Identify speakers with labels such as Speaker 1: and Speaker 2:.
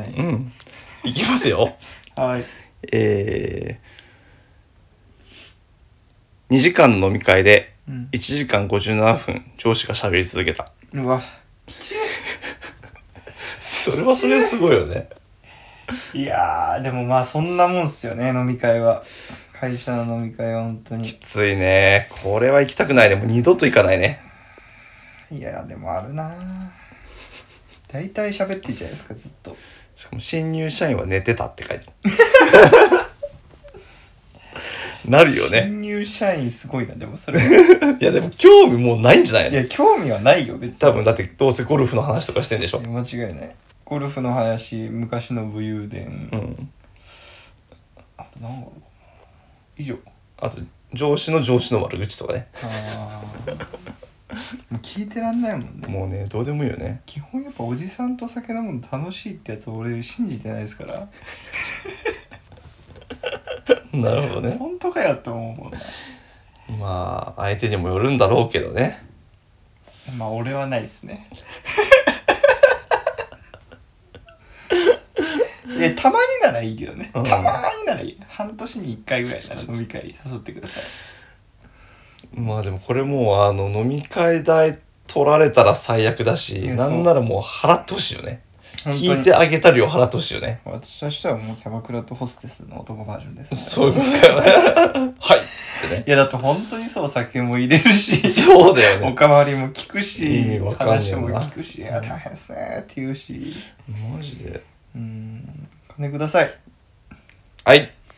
Speaker 1: ね
Speaker 2: うんいきますよ
Speaker 1: はい
Speaker 2: えー、2時間の飲み会で
Speaker 1: うん
Speaker 2: 1時間57分上司が喋り続けた
Speaker 1: うわ
Speaker 2: それはそれすごいよね
Speaker 1: いやーでもまあそんなもんっすよね飲み会は会社の飲み会は本当に
Speaker 2: きついねこれは行きたくないねもう二度と行かないね
Speaker 1: いやでもあるなー大体喋ってるじゃないですかずっと
Speaker 2: しかも新入社員は寝てたって書いてある なるよね
Speaker 1: 新入社員すごいなでも それ
Speaker 2: いやでも興味もうないんじゃない
Speaker 1: い
Speaker 2: の
Speaker 1: や興味はないよ別に
Speaker 2: 多分だってどうせゴルフの話とかしてんでしょ
Speaker 1: 間違いないゴルフの林昔の武勇伝、
Speaker 2: うん
Speaker 1: あと何があるかな以上
Speaker 2: あと上司の上司の悪口とかね
Speaker 1: あーもう聞いてらんないもんね
Speaker 2: もうねどうでもいいよね
Speaker 1: 基本やっぱおじさんと酒飲むの楽しいってやつを俺信じてないですから
Speaker 2: なるほどね
Speaker 1: 本当かよって思うもんな
Speaker 2: まあ相手にもよるんだろうけどね
Speaker 1: まあ俺はないです ねいやたまにならいいけどね、
Speaker 2: うん
Speaker 1: たまにならいい半年に1回ぐらいなら飲み会誘ってください
Speaker 2: まあでもこれもうあの飲み会代取られたら最悪だし
Speaker 1: いや
Speaker 2: なんならもう払ってほしいよね
Speaker 1: 本当に
Speaker 2: 聞いてあげた量払ってほしいよね
Speaker 1: 私としてはもうキャバクラとホステスの男バージョンです、
Speaker 2: そういうことだよね はいっつってね
Speaker 1: いやだって本当にそう酒も入れるし
Speaker 2: そうだよ
Speaker 1: お
Speaker 2: ね
Speaker 1: かわりも聞くし
Speaker 2: 意味わかんねえ
Speaker 1: 話
Speaker 2: な
Speaker 1: も聞くし「あ大変っすね」って言うし
Speaker 2: マジで
Speaker 1: うん金ください
Speaker 2: はい